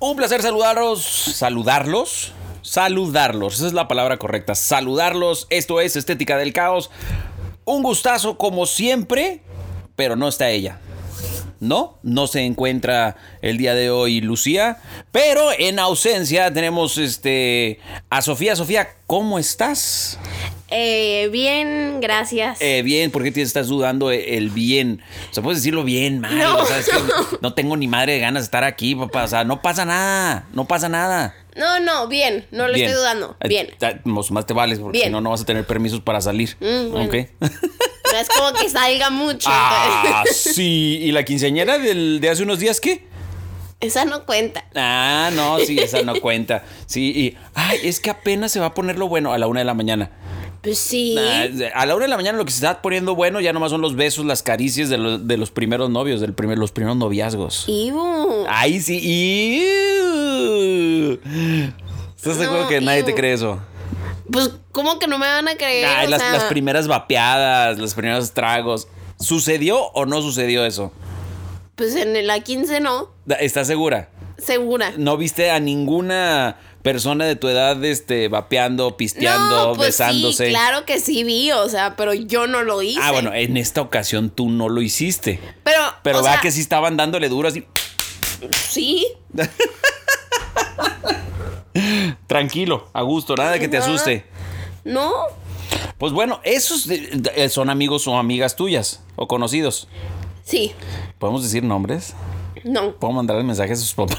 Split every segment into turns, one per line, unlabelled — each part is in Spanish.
Un placer saludaros, saludarlos, saludarlos, esa es la palabra correcta, saludarlos, esto es Estética del Caos, un gustazo como siempre, pero no está ella. No, no se encuentra el día de hoy Lucía, pero en ausencia tenemos este a Sofía. Sofía, ¿cómo estás?
Eh, bien, gracias.
Eh, bien, ¿por qué te estás dudando e- el bien? O sea, puedes decirlo bien, mal.
No.
o sea, es que no tengo ni madre de ganas de estar aquí, papá. O sea, no pasa nada, no pasa nada.
No, no, bien, no lo
Bien.
estoy dudando.
Eh,
Bien.
ta- mos- Más te vales, porque
Bien.
si no, no vas a tener permisos para salir.
Mm, bueno.
Ok.
No es como que salga mucho.
Ah, sí. ¿Y la quinceañera del, de hace unos días qué?
Esa no cuenta.
Ah, no, sí, esa no cuenta. Sí, y. Ay, es que apenas se va a poner lo bueno a la una de la mañana.
Pues sí.
Ah, A la una de la mañana lo que se está poniendo bueno ya nomás son los besos, las caricias de, los- de los primeros novios, de primer, los primeros noviazgos.
Ibu.
Ay, sí. iu. ¿Estás
No,
seguro que nadie te
iu.
cree eso?
Pues, ¿cómo que no me van a creer?
Ay,
O
las,
sea,
las primeras vapeadas, los primeros tragos. ¿Sucedió o no sucedió eso?
Pues en la 15 no,
Da- ¿Estás segura?
segura.
¿No viste a ninguna persona de tu edad este, vapeando, pisteando,
no, pues
besándose?
sí, claro que sí vi, o sea, pero yo no lo hice.
Ah, bueno, en esta ocasión tú no lo hiciste.
Pero,
Pero
o
vea
sea,
que sí estaban dándole duro así.
sí.
Tranquilo, a gusto, nada que te
Ajá.
asuste.
No,
Pues bueno, esos de- de- son amigos o amigas tuyas o conocidos.
sí,
¿Podemos decir nombres?
no,
¿Puedo mandar mensaje a sus papás?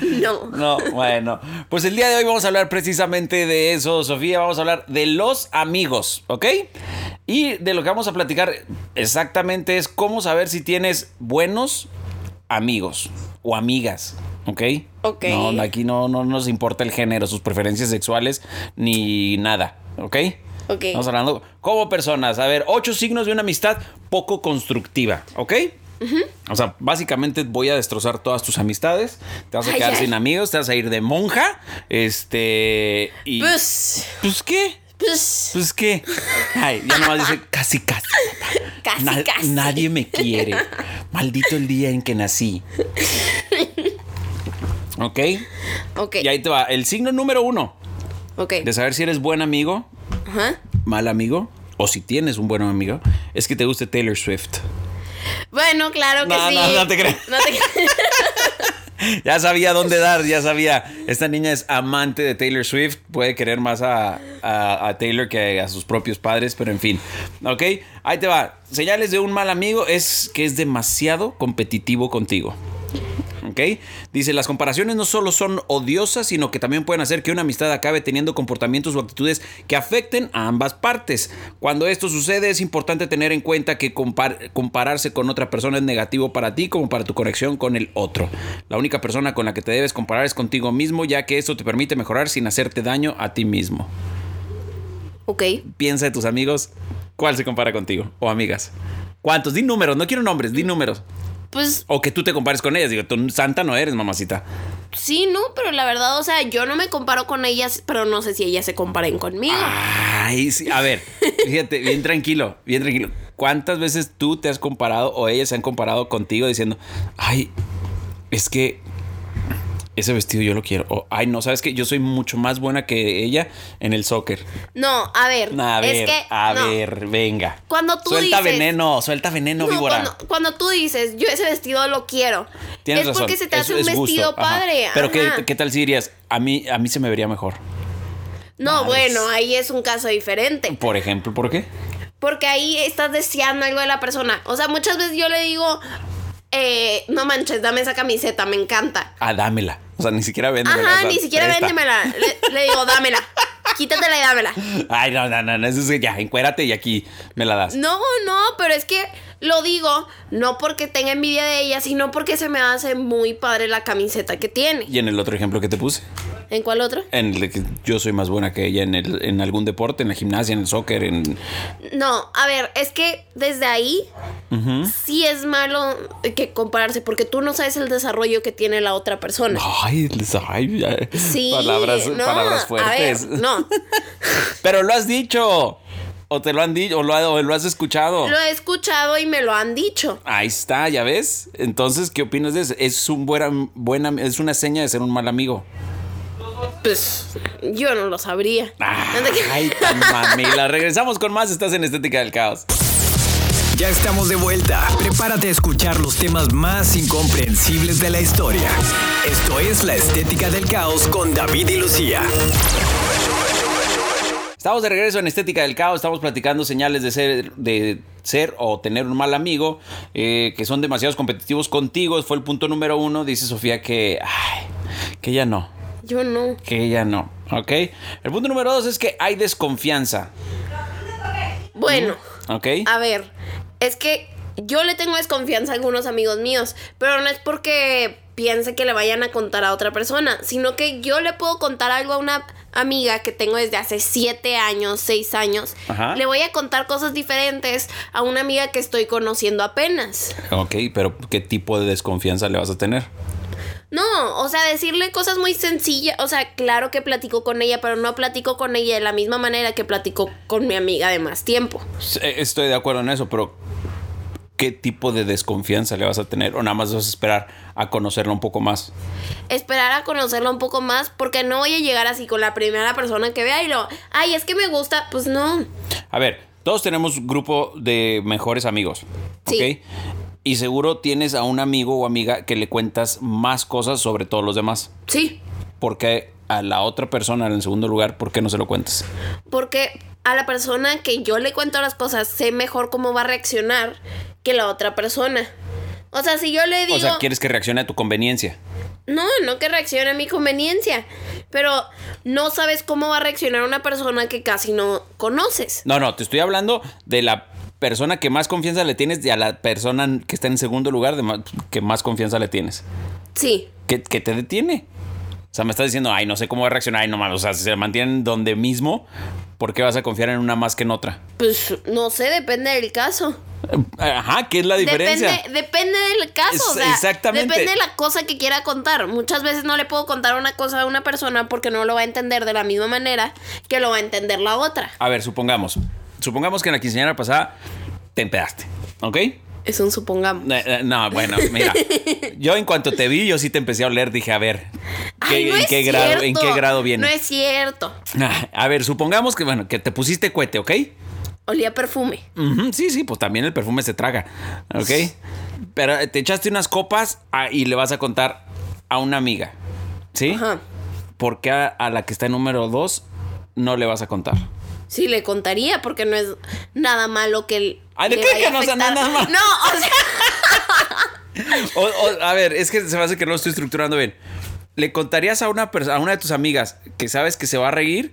no.
No, bueno. Pues el día de hoy vamos a hablar precisamente de eso, Sofía. Vamos a hablar de los amigos, ¿ok? Y de lo que vamos a platicar exactamente es cómo saber si tienes buenos amigos o amigas, ¿ok?
Ok.
No, no, aquí no, no nos importa el género, sus preferencias sexuales, ni nada, ¿ok?
Ok.
Estamos hablando como personas. A ver, ocho signos de una amistad poco constructiva, ¿ok? O sea, básicamente voy a destrozar todas tus amistades. Te vas a
Ay,
quedar
ay.
sin amigos, te vas a ir de monja. Este. Y,
Pues,
¿Pues qué?
pues,
¿Pues qué? Ay, ya nomás dice casi casi. papá.
Casi, casi.
Nadie me quiere. Maldito el día en que nací. Ok.
ok,
Y ahí te va. El signo número uno
ok.
de saber si eres buen amigo,
Ajá.
mal amigo o si tienes un buen amigo es que te guste Taylor Swift.
Bueno, claro que
No,
sí.
no, no te creas.
No te creas.
Ya sabía dónde dar, ya sabía. Esta niña es amante de Taylor Swift. Puede querer más a, a- a Taylor que a sus propios padres, pero en fin. Ok, ahí te va. Señales de un mal amigo es que es demasiado competitivo contigo. ¿Ok? Dice, las comparaciones no solo son odiosas, sino que también pueden hacer que una amistad acabe teniendo comportamientos o actitudes que afecten a ambas partes. Cuando esto sucede, es importante tener en cuenta que compar- compararse con otra persona es negativo para ti como para tu conexión con el otro. La única persona con la que te debes comparar es contigo mismo, ya que esto te permite mejorar sin hacerte daño a ti mismo.
Ok.
Piensa de tus amigos, ¿cuál se compara contigo? O amigas. ¿Cuántos? Di números, no quiero nombres, di números.
Pues
O que tú te compares con ellas. Digo, tú santa no eres, mamacita.
sí, no, pero la verdad, o sea, yo no me comparo con ellas, pero no sé si ellas se comparen conmigo.
Ah. Ay, sí. A ver, fíjate, bien tranquilo, bien tranquilo. ¿Cuántas veces tú te has comparado o ellas se han comparado contigo diciendo, ay, es que ese vestido yo lo quiero? O, ay, no, sabes que yo soy mucho más buena que ella en el soccer.
No, a ver.
A ver,
es que,
a
no.
ver, venga.
Cuando tú
Suelta
dices-
veneno, suelta veneno,
No,
víbora.
cuando, cuando tú dices, yo ese vestido lo quiero,
Tienes
es
razón.
porque se te
es-
hace un
es gusto,
vestido
ajá.
padre.
Pero
ajá.
¿qué, ¿qué tal si dirías? A mí, a mí se me vería mejor.
No,
Madres.
bueno, ahí es un caso diferente.
Por ejemplo, ¿por qué?
Porque ahí estás deseando algo de la persona. O sea, muchas veces yo le digo, eh, no manches, dame esa camiseta, me encanta.
Ah, dámela. O sea, ni siquiera véndemela.
Ajá,
o sea,
ni siquiera
presta.
véndemela. Le, le digo, dámela. quítatela y dámela.
Ay, no, no, no, no, eso es que ya, encuérate y aquí me la das.
No, no, pero es que lo digo no porque tenga envidia de ella, sino porque se me hace muy padre la camiseta que tiene.
Y en el otro ejemplo que te puse,
¿En cuál otro?
en el de que yo soy más buena que ella en, el- en algún deporte, en la gimnasia, en el soccer, en...
No, a ver, es que desde ahí sí es malo eh, que compararse porque tú no sabes el desarrollo que tiene la otra persona.
Ay, les- ay, ya.
Sí,
palabras,
no,
palabras
a ver,
fuertes.
no,
Pero lo has dicho. O te lo han dicho, o lo, ha- o lo has escuchado.
lo he escuchado y me lo han dicho.
Ahí está, ya ves. Entonces, ¿qué opinas de eso? Es un buen, am- buen am- es una seña de ser un mal amigo.
Pues yo no lo sabría.
Ah, Ay, tan mamila. Regresamos con más. Estás en Estética del Caos.
Ya estamos de vuelta. Prepárate a escuchar los temas más incomprensibles de la historia. Esto es La Estética del Caos con David y Lucía.
Estamos de regreso en Estética del Caos. Estamos platicando señales de ser, de ser o tener un mal amigo eh, que son demasiados competitivos contigo. Fue el punto número uno. Dice Sofía que, ay, que ya no.
yo no.
Que ya no. Ok. El punto número dos es que hay desconfianza.
Bueno,
Ok.
a ver, es que yo le tengo desconfianza a algunos amigos míos, pero no es porque piense que le vayan a contar a otra persona, sino que yo le puedo contar algo a una amiga que tengo desde hace siete años, seis años.
Ajá.
Le voy a contar cosas diferentes a una amiga que estoy conociendo apenas.
Ok, pero ¿qué tipo de desconfianza le vas a tener?
No, o sea, decirle cosas muy sencillas. O sea, claro que platico con ella, pero no platico con ella de la misma manera que platico con mi amiga de más tiempo.
Sí, Eh, Estoy de acuerdo en eso, pero ¿qué tipo de desconfianza le vas a tener? O nada más vas a esperar a conocerla un poco más.
Esperar a conocerla un poco más, porque no voy a llegar así con la primera persona que vea y lo. Ay, es que me gusta. Pues no.
A ver, todos tenemos grupo de mejores amigos.
Sí.
¿Ok? Y seguro tienes a un amigo o amiga que le cuentas más cosas sobre todos los demás.
Sí.
¿Por qué a la otra persona en segundo lugar, por qué no se lo cuentas?
Porque a la persona que yo le cuento las cosas, sé mejor cómo va a reaccionar que la otra persona. O sea, si yo le digo.
O sea, quieres que reaccione a tu conveniencia.
No, no que reaccione a mi conveniencia. Pero no sabes cómo va a reaccionar una persona que casi no conoces.
No, no, te estoy hablando de la persona que más confianza le tienes y a la persona que está en segundo lugar de ma- que más confianza le tienes.
Sí.
¿Qué, qué te detiene? O sea, me estás diciendo, ay, no sé cómo va a reaccionar, ay, no mames, o sea, si se mantienen donde mismo, ¿por qué vas a confiar en una más que en otra?
Pues no sé, depende del caso.
Eh, Ajá, ¿qué es la diferencia?
Depende, depende del caso.
Es-
o sea,
exactamente.
Depende de la cosa que quiera contar. Muchas veces no le puedo contar una cosa a una persona porque no lo va a entender de la misma manera que lo va a entender la otra.
A ver, supongamos, supongamos que en la quinceañera pasada te empedaste, ¿ok? Eh,
Es un supongamos.
eh, No, bueno, mira, yo en cuanto te vi, yo sí te empecé a oler, dije, a ver,
Ay,
¿qué-
no
en,
es
qué grado, ¿en qué
cierto.
grado viene?
No es cierto.
Ah, A ver, supongamos que, bueno, que te pusiste cohete, ¿ok?
Olía perfume.
Ujú, sí, sí, pues también el perfume se traga, ¿ok? Pero eh, te echaste unas copas ah, y le vas a contar a una amiga, ¿sí?
Ajá.
¿Por qué a, a la que está en número dos no le vas a contar?
Sí, le contaría porque no es nada malo que él.
Ay, ¿de
le
qué
vaya
que Ah, no
a
sea
afectar.
nada malo?
No, o sea,
O- o, a ver, es que se me hace que no lo estoy estructurando bien. ¿Le contarías a una, pers- a una de tus amigas que sabes que se va a reír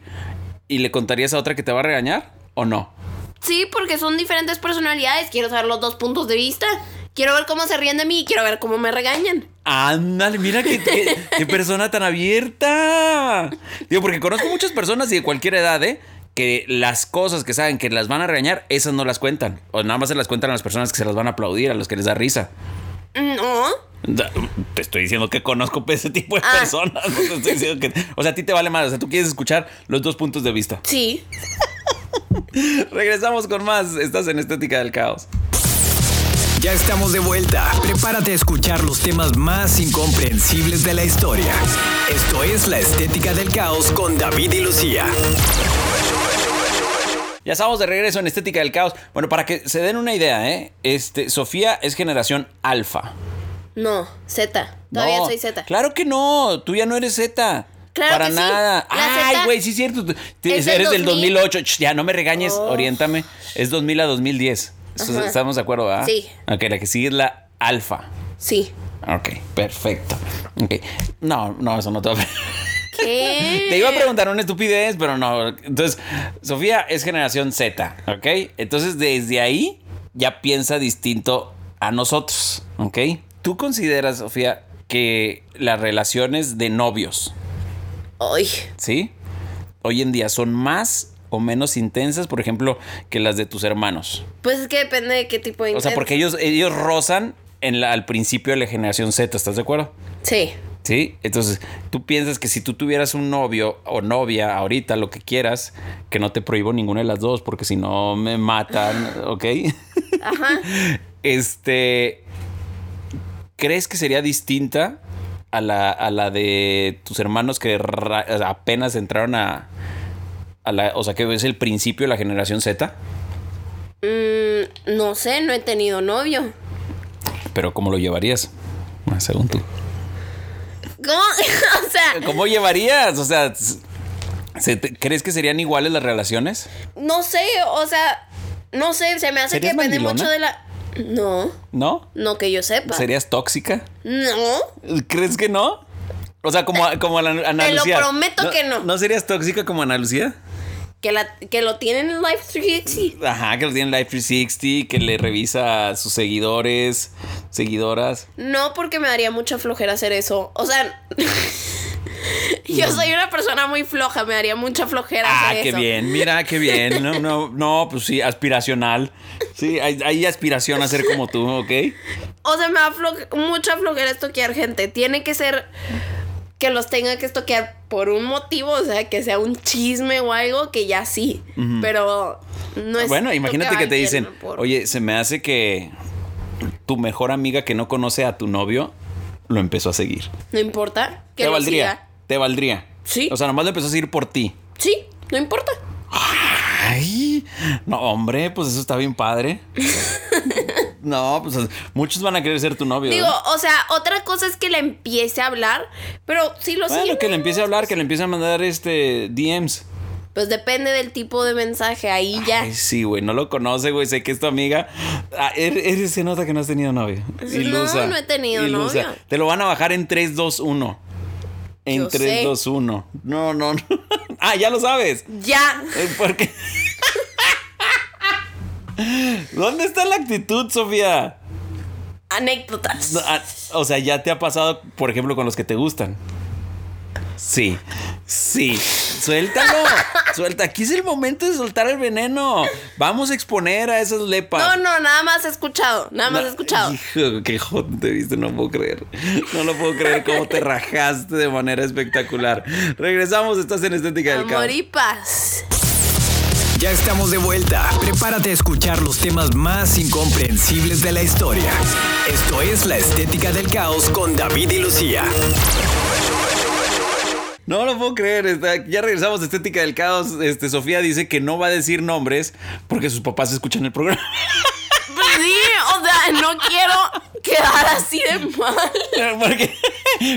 y le contarías a otra que te va a regañar o no?
sí, porque son diferentes personalidades. Quiero saber los dos puntos de vista. Quiero ver cómo se ríen de mí y quiero ver cómo me regañan.
Ándale, mira qué, qué- qué persona tan abierta. Digo, porque conozco muchas personas y de cualquier edad, ¿eh? Que las cosas que saben que las van a regañar, esas no las cuentan. O nada más se las cuentan a las personas que se las van a aplaudir, a los que les da risa.
Mm, No.
Da- Te estoy diciendo que conozco ese tipo de
Ah.
personas. no te estoy diciendo que- o sea, a ti te vale más. O sea, tú quieres escuchar los dos puntos de vista.
Sí.
Regresamos con más. Estás en Estética del Caos.
Ya estamos de vuelta. Prepárate a escuchar los temas más incomprensibles de la historia. Esto es La Estética del Caos con David y Lucía.
Ya estamos de regreso en Estética del Caos. Bueno, para que se den una idea, ¿eh? Este, Sofía es generación alfa.
No, Z. Todavía
No,
soy Z.
Claro que no, tú ya no eres Z.
Claro
Para
que sí,
nada.
la
Ay,
Zeta
güey, sí es cierto. tú- te-
es del
eres del
2000.
2008. Ch, ya no me regañes,
Oh.
oriéntame. Es 2000 a 2010. Eso-
Ajá.
Estamos de acuerdo, ¿verdad?
Sí.
Ok, la que sigue es la alfa.
Sí.
Ok, perfecto. Ok. No, no, eso no te va a...
¿Qué?
Te iba a preguntar una estupidez, pero no. Entonces, Sofía es generación Z, ¿ok? Entonces, desde ahí ya piensa distinto a nosotros, ¿ok? ¿Tú consideras, Sofía, que las relaciones de novios,
Ay,
¿sí? Hoy en día son más o menos intensas, por ejemplo, que las de tus hermanos.
pues es que depende de qué tipo de
O sea,
intent-
porque ellos, ellos rozan en la- al principio de la generación Z, ¿estás de acuerdo?
Sí.
¿Sí? Entonces, tú piensas que si tú tuvieras un novio o novia ahorita, lo que quieras, que no te prohíbo ninguna de las dos, porque si no me matan, ¿ok?
Ajá.
Este, ¿crees que sería distinta a la, a la de tus hermanos que ra- o sea, apenas entraron a, a la, o sea, que es el principio de la generación Z?
Mm, no sé, no he tenido novio.
Pero ¿cómo lo llevarías? Ah, Según tú.
¿Cómo? o sea,
¿Cómo llevarías? O sea, ¿se te- ¿crees que serían iguales las relaciones?
no sé, o sea, no sé, se me hace que
¿Serías
depende
mandilona?
mucho de la. No,
¿No?
no que yo sepa.
¿Serías tóxica?
No.
¿Crees que no? O sea, como, como a la- Ana
te lo
Lucía.
prometo que no.
¿No serías tóxica como Ana Lucía?
Que, la, que lo tienen en Life 360.
Ajá, que lo tiene en Live 360, que le revisa a sus seguidores, seguidoras.
No, porque me daría mucha flojera hacer eso. O sea, yo soy una persona muy floja, me daría mucha flojera
Ah,
hacer
qué
eso.
bien, mira, qué bien. No, no, no, pues sí, aspiracional. Sí, hay, hay aspiración a ser como tú, ¿ok?
O sea, me da flo- mucha flojera estoquear gente. Tiene que ser que los tenga que estoquear por un motivo, o sea, que sea un chisme o algo que ya sí. Pero no es.
bueno, imagínate que te dicen,
toquear por-
oye, se me hace que tu mejor amiga que no conoce a tu novio lo empezó a seguir.
No importa. Que
Te
lo
valdría,
siga.
te valdría.
Sí.
O sea, nomás lo empezó a seguir por ti.
Sí, no importa.
Ay, no, hombre, pues eso está bien padre. No, pues muchos van a querer ser tu novio. ¿eh?
Digo,
¿verdad?
o sea, otra cosa es que le empiece a hablar, pero sí lo
bueno,
sigue.
que le
¿no?
empiece a hablar, que le empiece a mandar este DMs.
Pues depende del tipo de mensaje, ahí ya.
Ay, sí, güey, no lo conoce, güey, sé que es tu amiga. Ah, er- eres, se nota que no has tenido novio. Ilusa.
no he tenido novio.
Te lo van a bajar en 3, 2, 1. En
Yo
3,
sé.
2, 1. No, no, no. Ah, ya lo sabes.
Ya.
Eh, Porque... ¿Dónde está la actitud, Sofía?
Anécdotas.
No, ah, o sea, ya te ha pasado, por ejemplo, con los que te gustan. Sí, sí. Suéltalo. Suelta. Aquí es el momento de soltar el veneno. Vamos a exponer a esas lepas.
No, no, nada más he escuchado. Nada más he escuchado.
Hijo, qué jodón te viste, no puedo creer. No lo puedo creer cómo te rajaste de manera espectacular. Regresamos, estás en Estética del Caos.
Amor y paz.
Ya estamos de vuelta. Prepárate a escuchar los temas más incomprensibles de la historia. Esto es La Estética del Caos con David y Lucía.
No lo puedo creer. está- ya regresamos de Estética del Caos. Este, Sofía dice que no va a decir nombres porque sus papás escuchan el programa.
Pues sí, o sea, no quiero quedar así de mal.
Pero, ¿por qué?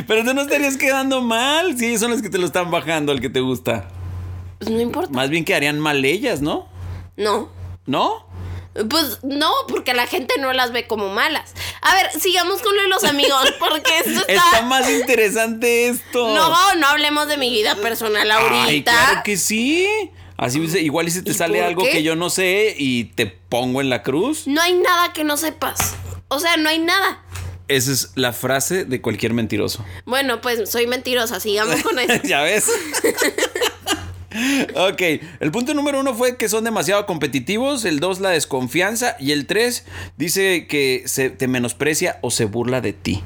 Pero tú no estarías quedando mal. Si ellos son los que te lo están bajando, al que te gusta.
Pues no importa.
Más bien quedarían mal ellas, ¿no?
No.
¿No?
Pues no, porque la gente no las ve como malas. A ver, sigamos con lo de los amigos, porque esto está.
Está más interesante esto.
No, no hablemos de mi vida personal ahorita.
Ay, claro que sí. Así dice, igual y si te
¿Y
sale
por
algo
qué?
que yo no sé y te pongo en la cruz.
No hay nada que no sepas. O sea, no hay nada.
Esa es la frase de cualquier mentiroso.
Bueno, pues soy mentirosa, sigamos con eso.
ya ves. ok, el punto número uno fue que son demasiado competitivos, el dos la desconfianza y el tres dice que se te menosprecia o se burla de ti.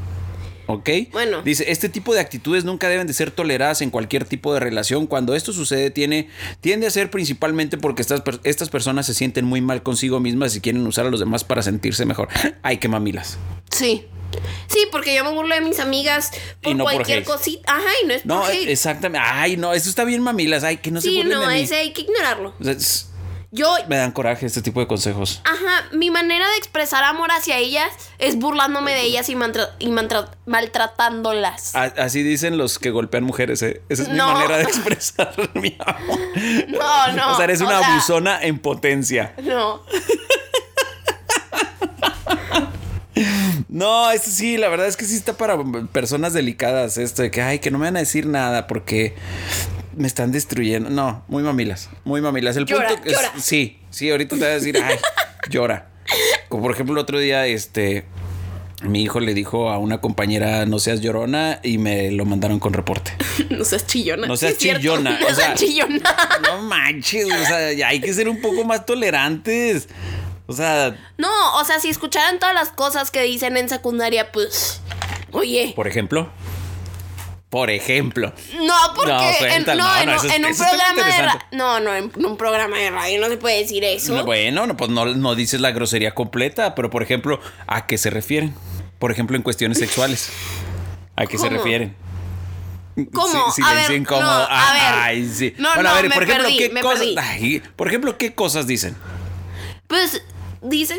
¿Ok?
Bueno.
Dice, este tipo de actitudes nunca deben de ser toleradas en cualquier tipo de relación. Cuando esto sucede, tiene, tiende a ser principalmente porque estas, per- estas personas se sienten muy mal consigo mismas y quieren usar a los demás para sentirse mejor. Ay, qué mamilas.
Sí. Sí, porque yo me burlo de mis amigas por
Y no por
cualquier
hate.
cosita. Ajá, y no es por
No,
hate.
exactamente. Ay, no, eso está bien mamilas. Ay, que no se
sí,
burlen
no,
de mí.
ese hay que ignorarlo.
O sea, es-
Yo,
me dan coraje este tipo de consejos.
ajá, mi manera de expresar amor hacia ellas es burlándome de ellas y, mantra- y mantra- maltratándolas.
A- así dicen los que golpean mujeres, ¿eh? Esa es mi
No.
manera de expresar mi amor.
No, no,
O sea, eres
o
una
sea-
abusona en potencia.
No.
No, este sí, la verdad es que sí está para personas delicadas esto de que, ay, que no me van a decir nada porque me están destruyendo. No, muy mamilas, muy mamilas. El
Llora,
punto es,
llora.
sí, sí, ahorita te voy a decir, ay, llora. Como por ejemplo, el otro día, este, mi hijo le dijo a una compañera, no seas llorona, y me lo mandaron con reporte.
No seas chillona.
No
Sí,
seas
es cierto.
chillona,
No
o sea-
seas chillona.
No manches, o sea, ya hay que ser un poco más tolerantes. O sea,
No, o sea, si escucharan todas las cosas que dicen en secundaria, pues. Oye.
por ejemplo, por ejemplo.
No, porque
cuenta,
en,
no,
no,
no,
en, un-
eso es-
en un
eso está muy
programa de
interesante.
ra- no, no, en un programa de radio no se puede decir eso.
No, Bueno, no, pues no, no dices la grosería completa, pero por ejemplo, ¿a qué se refieren? Por ejemplo, en cuestiones sexuales. ¿A qué se
¿Cómo?
refieren?
¿Cómo?
Si-
A
silencio
ver,
incómodo.
no, a
Ah,
ver.
Ay, sí.
No,
bueno, a
no,
ver,
me
por ejemplo,
perdí,
¿qué
me
cosas?
perdí.
Ay, por ejemplo, ¿qué cosas dicen?
Pues dicen,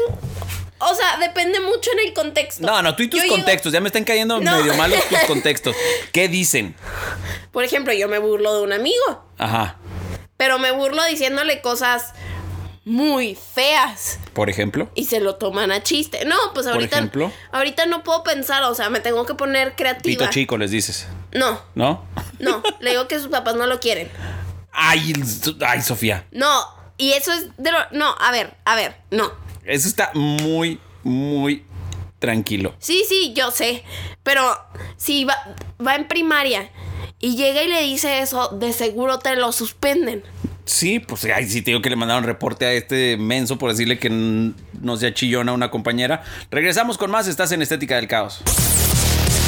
o sea, depende mucho en el contexto.
No, no, tú y tus
Yo llego-
contextos. Ya me están cayendo
No.
medio malos tus contextos. ¿Qué dicen?
por ejemplo, yo me burlo de un amigo,
Ajá.
pero me burlo diciéndole cosas muy feas.
Por ejemplo.
Y se lo toman a chiste. No, pues
Por
ahorita.
ejemplo.
Ahorita no puedo pensar, o sea, me tengo que poner creativa.
Pito chico les dices,
No,
¿no?
no. le digo que sus papás no lo quieren.
Ay, s- ay, Sofía.
No, y eso es de lo. No, a ver, a ver, no.
Eso está muy, muy tranquilo.
Sí, sí, yo sé. Pero si va, va en primaria y llega y le dice eso, de seguro te lo suspenden.
Sí, pues ay, sí, te digo que le mandaron reporte a este menso por decirle que n- no sea chillona una compañera. Regresamos con más, estás en Estética del Caos.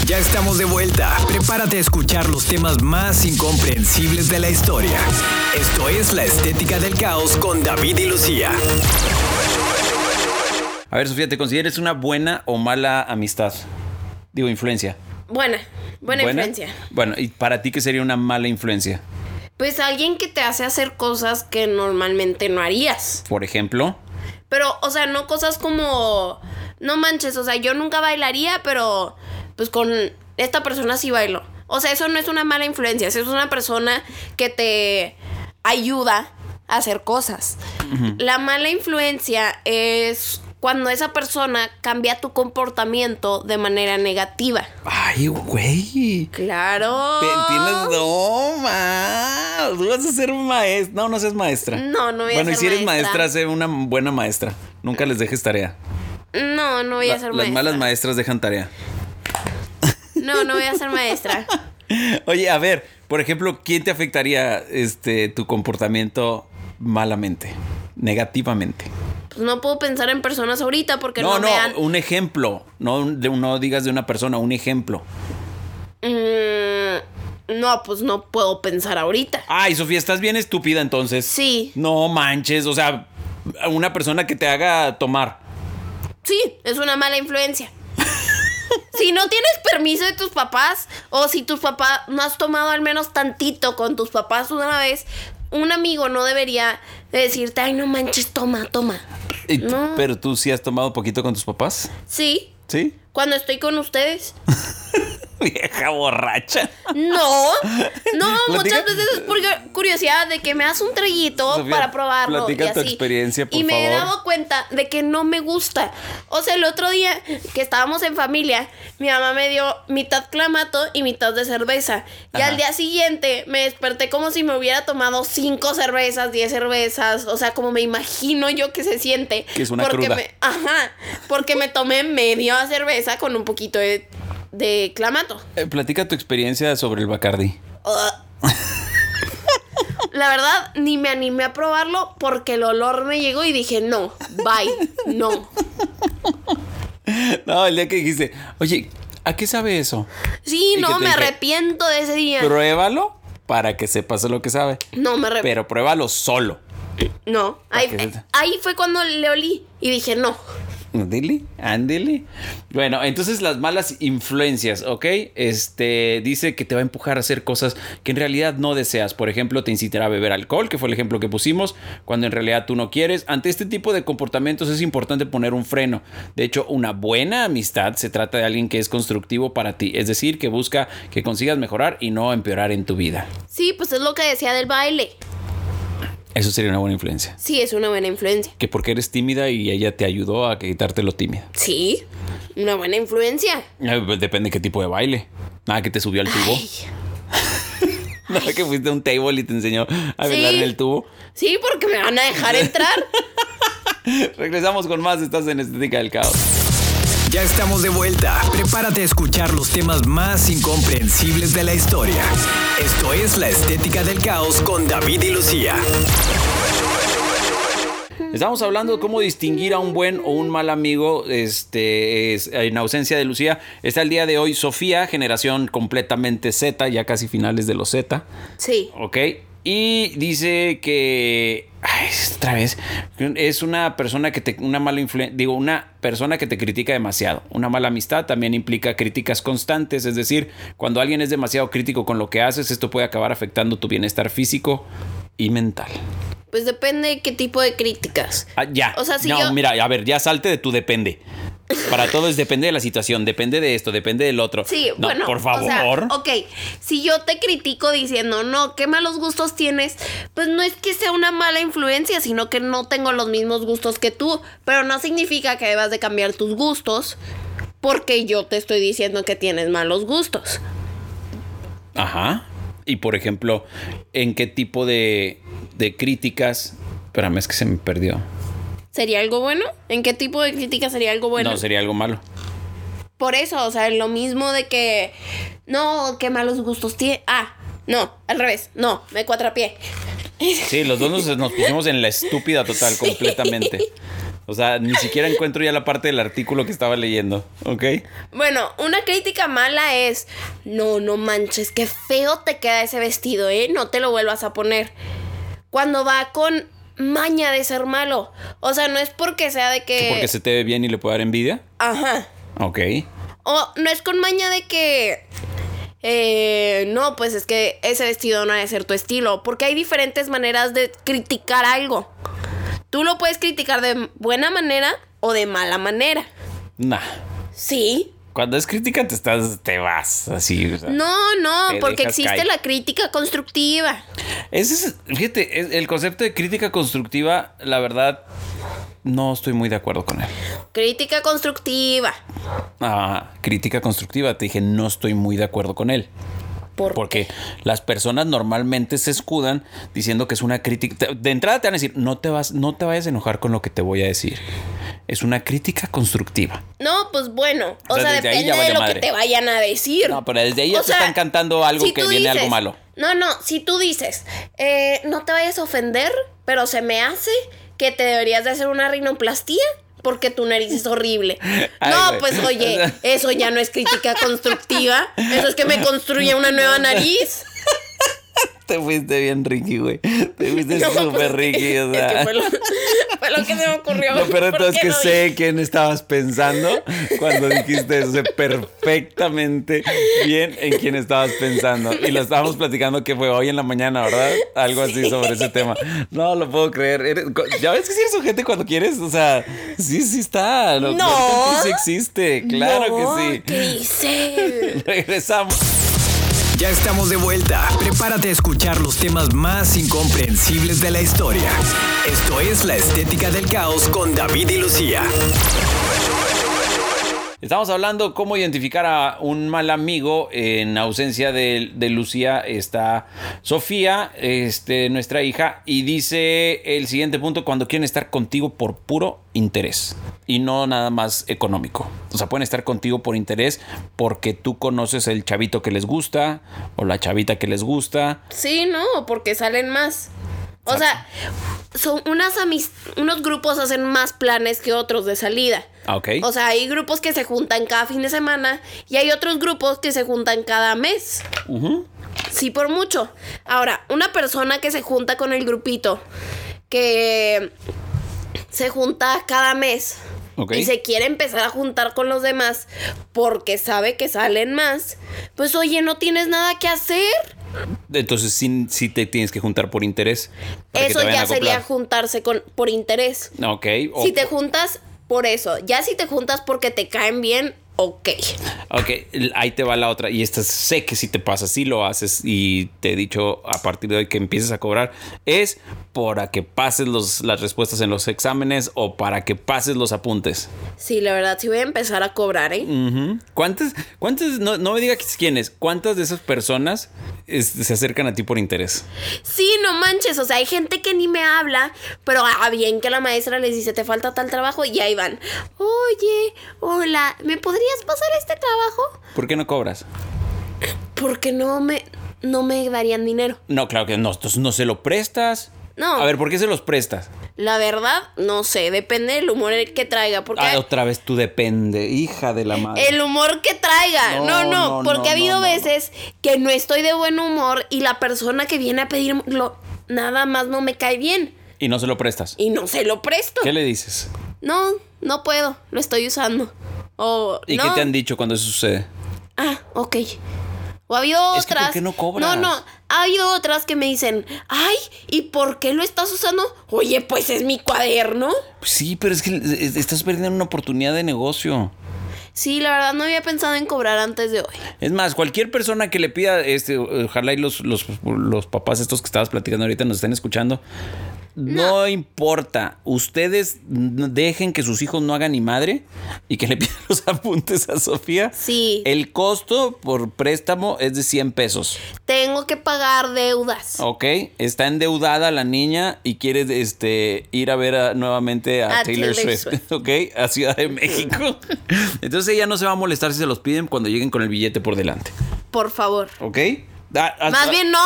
Ya estamos de vuelta. Prepárate a escuchar los temas más incomprensibles de la historia. Esto es La Estética del Caos con David y Lucía.
A ver, Sofía, ¿te consideres una buena o mala amistad? Digo, influencia.
Buena, buena, influencia.
Bueno, ¿y para ti qué sería una mala influencia?
Pues alguien que te hace hacer cosas que normalmente no harías.
Por ejemplo,
Pero, o sea, no cosas como. No manches, o sea, yo nunca bailaría, pero pues con esta persona sí bailo. O sea, eso no es una mala influencia, eso es una persona que te ayuda a hacer cosas. La mala influencia es cuando esa persona cambia tu comportamiento de manera negativa.
ay, güey.
Claro.
Te- Tienes no, ma. Tú vas a ser maestra. No, no seas maestra.
No, no voy a
Bueno, y
ser
si eres
maestra.
maestra, sé una buena maestra. Nunca les dejes tarea.
No, no voy
La-
a ser
las
maestra.
malas maestras dejan tarea.
No, no voy a ser maestra.
Oye, a ver, por ejemplo, ¿quién te afectaría este tu comportamiento malamente, negativamente?
Pues no puedo pensar en personas ahorita porque no,
no, no,
me han-
un ejemplo. No, un- de- no digas de una persona, un ejemplo.
Mm, no, pues no puedo pensar ahorita.
Ay, Sofía, estás bien estúpida entonces.
Sí.
No manches, o sea, una persona que te haga tomar.
Sí, es una mala influencia. si no tienes permiso de tus papás o si tus papás no has tomado al menos tantito con tus papás una vez, un amigo no debería decirte, ay, no manches, toma, toma.
Y tú-
No.
Pero tú sí has tomado poquito con tus papás.
Sí,
¿Sí?
cuando estoy con ustedes.
Vieja borracha.
No, no,
Platica-
muchas veces es por curiosidad de que me das un traguito
Sofía,
para probarlo.
platica
y
tu
así.
experiencia, por
Y me he
favor.
dado cuenta de que no me gusta. O sea, el otro día que estábamos en familia, mi mamá me dio mitad clamato y mitad de cerveza. Y
Ajá.
al día siguiente me desperté como si me hubiera tomado cinco cervezas, diez cervezas. O sea, como me imagino yo que se siente.
Que es una
porque
cruda.
me- ajá, porque me tomé media cerveza con un poquito de, de clamato.
Eh, platica tu experiencia sobre el Bacardi.
La verdad, ni me animé a probarlo porque el olor me llegó y dije, no, bye, no.
No, el día que dijiste, oye, ¿a qué sabe eso?
Sí,
¿Y qué
no,
te
me
dije?
arrepiento de ese día.
Pruébalo para que sepas lo que sabe.
no, me arrepiento.
Pero pruébalo solo.
No, ahí,
¿Para qué?
ahí fue cuando le olí y dije, no.
Dile, ándele. Bueno, entonces las malas influencias, ¿ok? Este dice que te va a empujar a hacer cosas que en realidad no deseas. Por ejemplo, te incitará a beber alcohol, que fue el ejemplo que pusimos, cuando en realidad tú no quieres. Ante este tipo de comportamientos es importante poner un freno. De hecho, una buena amistad se trata de alguien que es constructivo para ti, es decir, que busca que consigas mejorar y no empeorar en tu vida.
Sí, pues es lo que decía del baile.
Eso sería una buena influencia.
Sí, es una buena influencia.
Que porque eres tímida y ella te ayudó a quitarte lo tímida.
Sí. Una buena influencia.
Eh, pues, Depende qué tipo de baile. Nada que te subió al tubo.
Ay.
Nada que fuiste a un table y te enseñó a bailar en el tubo.
Sí, porque me van a dejar entrar.
Regresamos con más. Estás en Estética del Caos.
Ya estamos de vuelta. Prepárate a escuchar los temas más incomprensibles de la historia. Esto es La Estética del Caos con David y Lucía.
Estamos hablando de cómo distinguir a un buen o un mal amigo este, es- en ausencia de Lucía. Está el día de hoy Sofía, generación completamente Z, ya casi finales de los Z.
Sí.
Ok. Y dice que. Ay, otra vez. Es una persona que te. Una mala influencia. Digo, una persona que te critica demasiado. Una mala amistad también implica críticas constantes. Es decir, cuando alguien es demasiado crítico con lo que haces, esto puede acabar afectando tu bienestar físico y mental.
Pues depende de qué tipo de críticas.
Ah, ya.
O sea, si
no,
yo-
mira, a ver, ya salte de tu depende. Para todo es depende de la situación, depende de esto, depende del otro.
Sí,
No,
bueno.
Por favor.
O sea, ok, si yo te critico diciendo, no, qué malos gustos tienes, pues no es que sea una mala influencia, sino que no tengo los mismos gustos que tú. Pero no significa que debas de cambiar tus gustos porque yo te estoy diciendo que tienes malos gustos.
Ajá. Y por ejemplo, ¿en qué tipo de, de críticas? Espérame, es que se me perdió.
¿Sería algo bueno? ¿En qué tipo de crítica sería algo bueno?
No, sería algo malo.
Por eso, o sea, lo mismo de que. No, qué malos gustos tiene. Ah, no, al revés. No, me cuatrapié.
Sí, los dos nos, nos pusimos en la estúpida total, completamente. O sea, ni siquiera encuentro ya la parte del artículo que estaba leyendo. ¿Ok?
Bueno, una crítica mala es. No, no manches, qué feo te queda ese vestido, ¿eh? No te lo vuelvas a poner. Cuando va con maña de ser malo. O sea, no es porque sea de que.
Porque se te ve bien y le puede dar envidia.
Ajá.
Ok.
O no es con maña de que. eh, no, pues es que ese vestido no debe ser tu estilo. Porque hay diferentes maneras de criticar algo. Tú lo puedes criticar de buena manera o de mala manera.
Nah.
Sí.
Cuando es crítica te estás, te vas así. o sea.
No, no,
Te
porque
dejas
existe
caer.
la crítica constructiva.
Ese es, fíjate, es- el concepto de crítica constructiva, la verdad, no estoy muy de acuerdo con él.
Crítica constructiva.
Ah, crítica constructiva, te dije, no estoy muy de acuerdo con él.
Por-
Porque las personas normalmente se escudan diciendo que es una crítica. te- De entrada te van a decir, no te, vas, no te vayas a enojar con lo que te voy a decir. Es una crítica constructiva.
No, pues bueno. O,
O sea,
sea,
desde ahí
depende
ya vale
de lo
madre.
que te vayan a decir.
No, pero desde ahí ya
O
te
sea,
están cantando algo
si
que
tú
viene algo
dices-
malo.
No, no, si tú dices, eh, no te vayas a ofender, pero se me hace que te deberías de hacer una rinoplastía porque tu nariz es horrible.
Ay,
no,
güey.
pues
O
oye,
sea-
eso ya no es crítica constructiva. Eso es que me construye una nueva nariz.
Te fuiste bien, Ricky, güey. Te fuiste
No, pues,
súper
es que-
Ricky. O
es
sea.
que fue, lo, fue lo que se me ocurrió.
Lo peor de
¿Por
todo es
qué
que
no dije?
sé quién estabas pensando cuando dijiste eso. Sé perfectamente bien en quién estabas pensando. Y lo estábamos platicando que fue hoy en la mañana, ¿verdad? Algo así sobre ese tema. No lo puedo creer. Eres- co- ya ves que si eres gente cuando quieres, o sea, sí, sí está. Lo
No.
peor que en ti sí existe. Claro
No,
que sí.
¿Qué hice?
Regresamos.
Ya estamos de vuelta. Prepárate a escuchar los temas más incomprensibles de la historia. Esto es La Estética del Caos con David y Lucía.
Estamos hablando cómo identificar a un mal amigo en ausencia de, de Lucía. Está Sofía, este, nuestra hija, y dice el siguiente punto, cuando quieren estar contigo por puro interés y no nada más económico. O sea, pueden estar contigo por interés porque tú conoces el chavito que les gusta o la chavita que les gusta.
Sí, no, porque salen más. O sea, son unas amis- unos grupos hacen más planes que otros de salida.
Ah, Ok.
O sea, hay grupos que se juntan cada fin de semana y hay otros grupos que se juntan cada mes.
Ujú.
Sí, por mucho. Ahora, una persona que se junta con el grupito, que se junta cada mes
Ok.
y se quiere empezar a juntar con los demás porque sabe que salen más, pues oye, no tienes nada que hacer.
Entonces, sí, sí te tienes que juntar por interés. para que te
Eso
vayan a
ya sería
acoplar.
juntarse con, por interés.
Ok. o-
Si te juntas por eso, ya si te juntas porque te caen bien, ok.
Ok, ahí te va la otra. Y esta sé que si te pasa, si lo haces y te he dicho a partir de hoy que empieces a cobrar, es para que pases los, las respuestas en los exámenes o para que pases los apuntes.
Sí, la verdad, sí voy a empezar a cobrar, ¿eh?
Ujú. ¿Cuántas, cuántas, no, no me digas quiénes, cuántas de esas personas es- se acercan a ti por interés?
Sí, no manches, o sea, hay gente que ni me habla, pero a bien que la maestra les dice, te falta tal trabajo, y ahí van. Oye, hola, ¿me podrías pasar este trabajo?
¿Por qué no cobras?
Porque no me, no me darían dinero.
No, claro que no, entonces no se lo prestas.
No.
A ver, ¿por qué se los prestas?
La verdad, no sé, depende del humor que traiga, porque...
Ah, otra vez tú depende, hija de la madre.
El humor que traiga.
No,
No,
no,
no, porque
no,
ha habido
no, no.
veces que no estoy de buen humor y la persona que viene a pedirlo nada más no me cae bien
Y no se lo prestas.
y no se lo presto.
¿Qué le dices?
No, no puedo, lo estoy usando. O
¿Y
no.
qué te han dicho cuando eso sucede?
Ah, ok. O ha habido
Es que, ¿por
otras.
qué no cobras?
No, no. Ha habido otras que me dicen, ay, ¿y por qué lo estás usando? Oye, pues es mi cuaderno.
Pues Sí, pero es que es- estás perdiendo una oportunidad de negocio.
Sí, la verdad no había pensado en cobrar antes de hoy.
Es más, cualquier persona que le pida, este, ojalá y los, los, los papás estos que estabas platicando ahorita nos estén escuchando. No. importa, ustedes n- dejen que sus hijos no hagan ni madre y que le pidan los apuntes a Sofía.
Sí.
El costo por préstamo es de 100 pesos.
Tengo que pagar deudas.
Ok, está endeudada la niña y quiere este, ir a ver a- nuevamente a,
A
Taylor,
Ah, Taylor
Swift, ok, a Ciudad de México. Entonces ella no se va a molestar si se los piden cuando lleguen con el billete por delante,
Por favor.
ok. Da- a-
Más
a-
bien no,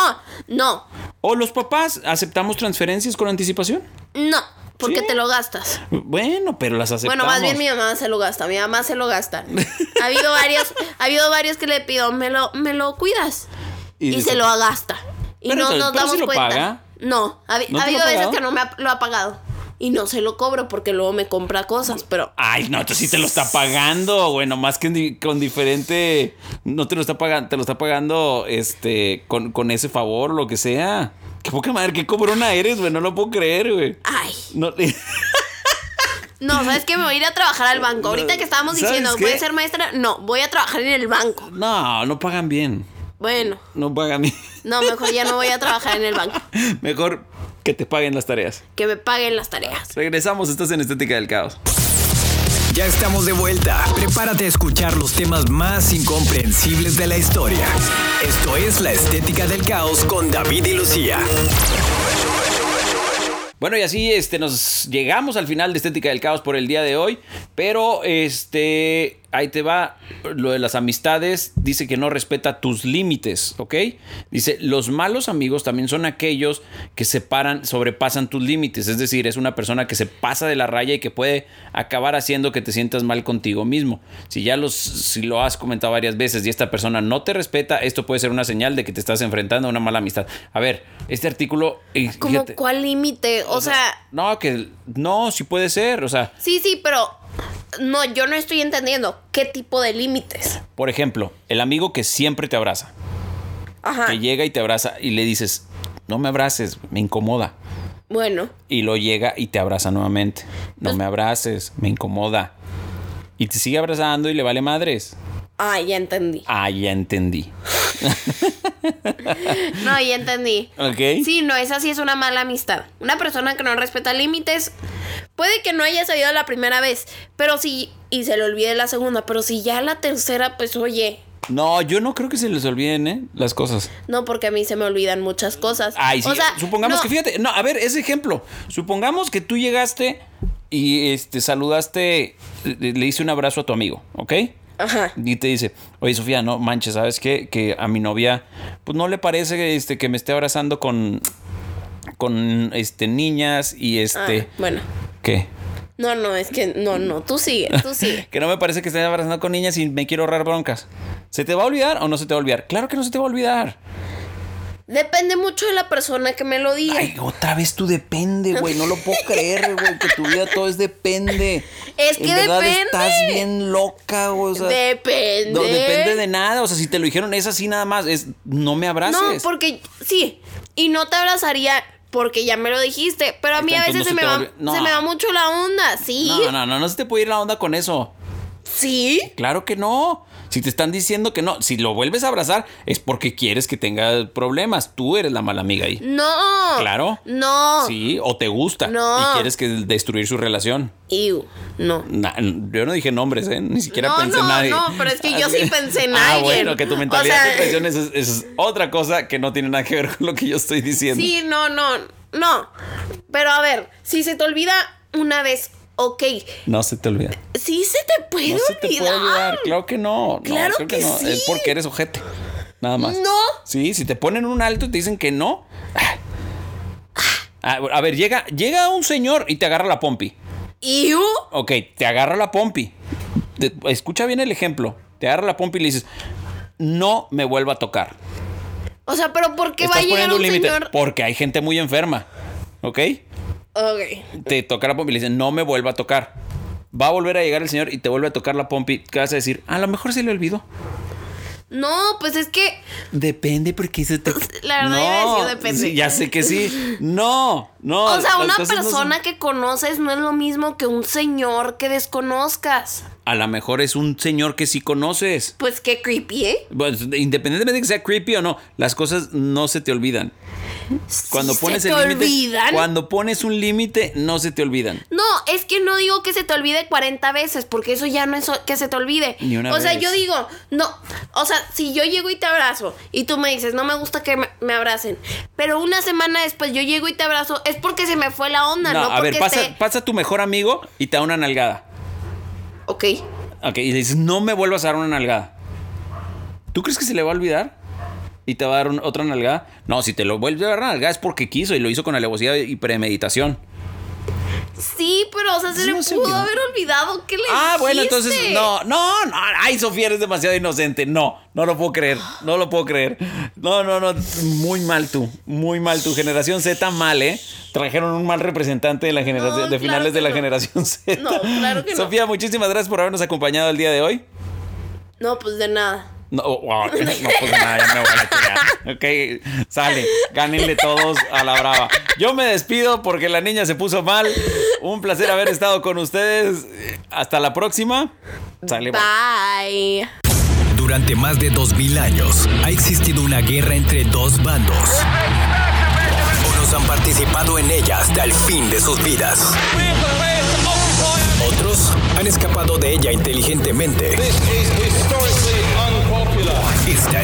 no,
O los papás, ¿aceptamos transferencias con anticipación?
no, porque
Sí.
te lo gastas.
Bueno, pero las aceptamos.
Bueno, más bien mi mamá se lo gasta, mi mamá se lo gasta. Ha habido varios, ha habido varios que le pido, me lo, me lo cuidas.
Y
Y,
dice-
se lo gasta. Y
Pero
no
entonces,
nos
¿pero
damos
si lo
cuenta.
paga?
No, ha, habi-
¿No
ha
te lo
habido
ha
veces
pagado?
que no me ha- lo ha pagado. Y no se lo cobro porque luego me compra cosas, pero
Ay, no, entonces sí te lo está pagando, bueno, más que di- con diferente, no te lo está pagando, te lo está pagando, este, con, con ese favor, lo que sea. Qué poca madre, qué cobrona eres, güey, no lo puedo creer, güey.
ay.
No,
No, ¿sabes qué? Me voy a ir a trabajar al banco. Ahorita que estábamos
¿Sabes
diciendo,
qué?
voy a ser maestra, no, voy a trabajar en el banco.
no, no pagan bien,
Bueno,
no pagan bien.
no, mejor ya no voy a trabajar en el banco.
Mejor que te paguen las tareas.
que me paguen las tareas.
Regresamos, estás en Estética del Caos.
Ya estamos de vuelta. Prepárate a escuchar los temas más incomprensibles de la historia. Esto es La Estética del Caos con David y Lucía.
Bueno, y así este, nos llegamos al final de Estética del Caos por el día de hoy. Pero este, ahí te va lo de las amistades. Dice que no respeta tus límites, ¿ok? Dice, los malos amigos también son aquellos que separan, sobrepasan tus límites. Es decir, es una persona que se pasa de la raya y que puede acabar haciendo que te sientas mal contigo mismo. Si ya los, si lo has comentado varias veces y esta persona no te respeta, esto puede ser una señal de que te estás enfrentando a una mala amistad. A ver, este artículo... eh,
Como
fíjate-
cuál límite, o, sea,
no, que no, sí puede ser. O sea,
sí, sí, pero no, yo no estoy entendiendo qué tipo de límites.
por ejemplo, el amigo que siempre te abraza,
Ajá.
que llega y te abraza y le dices, no me abraces, me incomoda.
Bueno,
Y lo llega y te abraza nuevamente. No
Pues
me abraces, me incomoda. Y te sigue abrazando y le vale madres.
ah, ya entendí.
Ah, ya entendí.
No, ya entendí.
¿Ok?
Sí, no, esa sí es una mala amistad. Una persona que no respeta límites puede que no haya sabido la primera vez, pero sí, y se le olvide la segunda, pero si ya la tercera, pues oye,
No, yo no creo que se les olviden, ¿eh? Las cosas.
no, porque a mí se me olvidan muchas cosas.
Ay, sí.
O sea,
supongamos
no,
que, fíjate, no, a ver, ese ejemplo. Supongamos que tú llegaste y este, saludaste, le, le hice un abrazo a tu amigo, ¿ok?
Ajá.
Y te dice, oye Sofía, no manches, ¿sabes qué? Que a mi novia, pues no le parece este, que me esté abrazando con, con este, niñas y
Ah,
este...
bueno.
¿Qué?
No, no, es que no, no, tú sigue, tú sigue.
Que no me parece que esté abrazando con niñas y me quiero ahorrar broncas. ¿Se te va a olvidar o no se te va a olvidar? Claro que no se te va a olvidar.
Depende mucho de la persona que me lo diga.
Ay, otra vez tú depende, güey. No lo puedo creer, güey. Que tu vida todo es depende.
Es que
en verdad
depende.
estás bien loca, güey. o sea,
depende.
No depende de nada. O sea, si te lo dijeron es así nada más, es no me abraces.
No, porque sí. Y no te abrazaría porque ya me lo dijiste. Pero a
Ahí
mí
está,
a veces
entonces
se
no
me,
se te
va,
va a olvi- No.
se me va mucho la onda, sí.
no, no, no, no se te puede ir la onda con eso.
¿Sí?
Claro que no. Si te están diciendo que no, si lo vuelves a abrazar es porque quieres que tenga problemas. Tú eres la mala amiga ahí.
No.
Claro.
No.
Sí, o te gusta
No.
y quieres que destruir su relación.
Iu, no.
Na- yo no dije nombres, ¿eh? ni siquiera
No,
pensé en
no,
nadie.
no, pero es que yo sí pensé en
Ah,
alguien.
bueno, que tu
O
mentalidad
sea-
de intenciones es, es otra cosa que no tiene nada que ver con lo que yo estoy diciendo.
Sí, no, no, no. Pero a ver, si se te olvida una vez, ok.
No se te olvida.
Sí se te puede
No se te puede
olvidar.
olvidar. Claro que no. No,
Claro
creo
que
no.
sí.
Es porque eres ojete. Nada más.
No.
Sí, si te ponen un alto y te dicen que no. ah. Ah, A ver, llega, llega un señor y te agarra la pompi.
Iu,
Ok, te agarra la pompi. Te- escucha bien el ejemplo. Te agarra la pompi y le dices, no me vuelva a tocar.
O sea, pero ¿por qué va a llegar un señor?
Porque hay gente muy enferma. ¿Ok?
Ok.
Te toca la pompi y le dices, no me vuelva a tocar. Va a volver a llegar el señor y te vuelve a tocar la pompi. ¿Qué vas a decir? A lo mejor se le olvidó.
No, pues es que.
Depende porque eso te...
La verdad, iba a decir depende.
sí, ya sé que sí. No, no.
O sea,
las
una
cosas no son-
persona que conoces no es lo mismo que un señor que desconozcas.
A lo mejor es un señor que sí conoces.
Pues qué creepy, ¿eh?
Pues, independientemente de que sea creepy o no, las cosas no se te olvidan. Cuando
Sí
pones
se
el
te
límite,
olvidan.
cuando pones un límite, no se te olvidan.
No, es que no digo que se te olvide 40 veces, porque eso ya no es o- que se te olvide.
Ni una
o sea,
vez.
yo digo, no, o sea, si yo llego y te abrazo y tú me dices, no me gusta que me, me abracen, pero una semana después yo llego y te abrazo, es porque se me fue la onda,
No,
¿no?
a ver,
porque
pasa,
esté-
pasa tu mejor amigo y te da una nalgada.
Ok.
Ok, y le dices, no me vuelvas a dar una nalgada. ¿Tú crees que se le va a olvidar? ¿Y te va a dar un- otra nalgada? No, si te lo vuelve a dar una nalgada es porque quiso y lo hizo con alevosía y premeditación.
Sí, pero, o sea, se
Pues No
le
se
pudo
olvidó.
haber olvidado que le
Ah, bueno,
dijiste.
entonces no, no, no, ay, Sofía eres demasiado inocente. No, no lo puedo creer, no lo puedo creer. No, no, no, muy mal tú, muy mal tu generación Z mal, ¿eh? Trajeron un mal representante de la generación
No,
de
claro
finales de
que
la
no.
generación Z.
No, claro que no.
Sofía, muchísimas gracias por habernos acompañado el día de hoy.
No, pues de nada.
No, wow, no, pues nada, ya me voy a la chingada. Ok, sale, gánenle todos a la brava. Yo me despido porque la niña se puso mal. Un placer haber estado con ustedes. Hasta la próxima. Sale, bye.
Bye.
Durante más de 2000 años ha existido una guerra entre dos bandos. Unos han participado en ella hasta el fin de sus vidas. Otros han escapado de ella inteligentemente. Esta